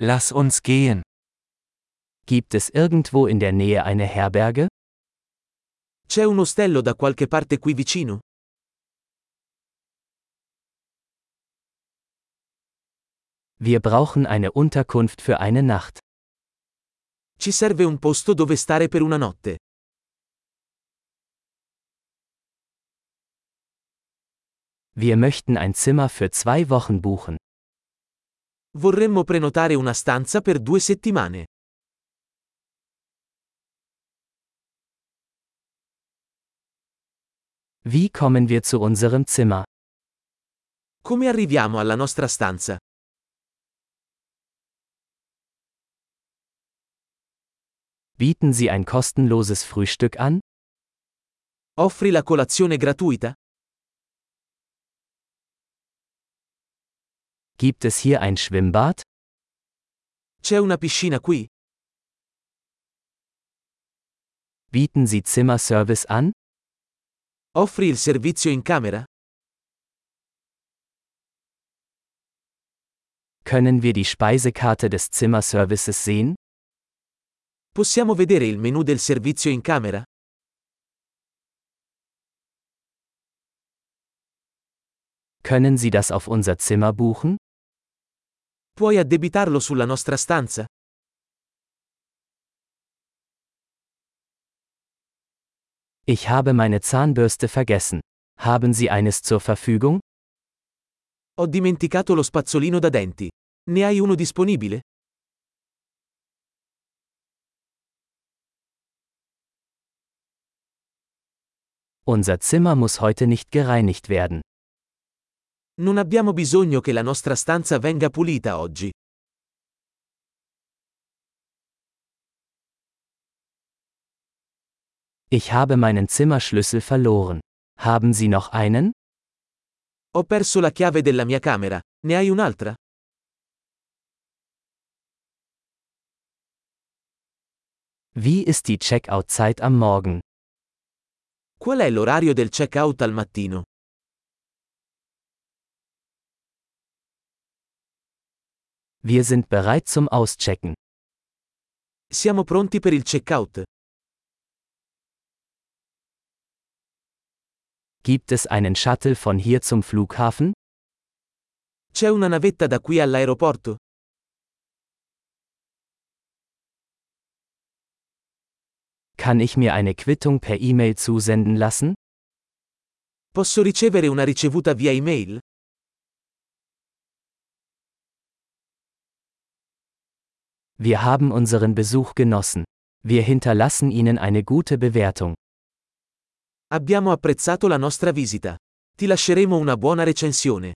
Lass uns gehen. Gibt es irgendwo in der Nähe eine Herberge? C'è un ostello da qualche parte qui vicino? Wir brauchen eine Unterkunft für eine Nacht. Ci serve un posto dove stare per una notte. Wir möchten ein Zimmer für zwei Wochen buchen. Vorremmo prenotare una stanza per due settimane. Wie kommen wir zu unserem Zimmer? Come arriviamo alla nostra stanza? Bieten Sie ein kostenloses Frühstück an? Offri la colazione gratuita? Gibt es hier ein Schwimmbad? C'è una piscina qui? Bieten Sie Zimmerservice an? Offri il servizio in camera? Können wir die Speisekarte des Zimmerservices sehen? Possiamo vedere il menu del servizio in camera? Können Sie das auf unser Zimmer buchen? Puoi addebitarlo sulla nostra stanza? Ich habe meine Zahnbürste vergessen. Haben Sie eines zur Verfügung? Ho dimenticato lo spazzolino da denti. Ne hai uno disponibile? Unser Zimmer muss heute nicht gereinigt werden. Non abbiamo bisogno che la nostra stanza venga pulita oggi. Ich habe meinen Zimmerschlüssel verloren. Haben Sie noch einen? Ho perso la chiave della mia camera. Ne hai un'altra? Wie ist die Checkout-Zeit am Morgen? Qual è l'orario del check-out al mattino? Wir sind bereit zum Auschecken. Siamo pronti per il check-out. Gibt es einen Shuttle von hier zum Flughafen? C'è una navetta da qui all'aeroporto? Kann ich mir eine Quittung per E-Mail zusenden lassen? Posso ricevere una ricevuta via email? Wir haben unseren Besuch genossen. Wir hinterlassen Ihnen eine gute Bewertung. Abbiamo apprezzato la nostra visita. Ti lasceremo una buona recensione.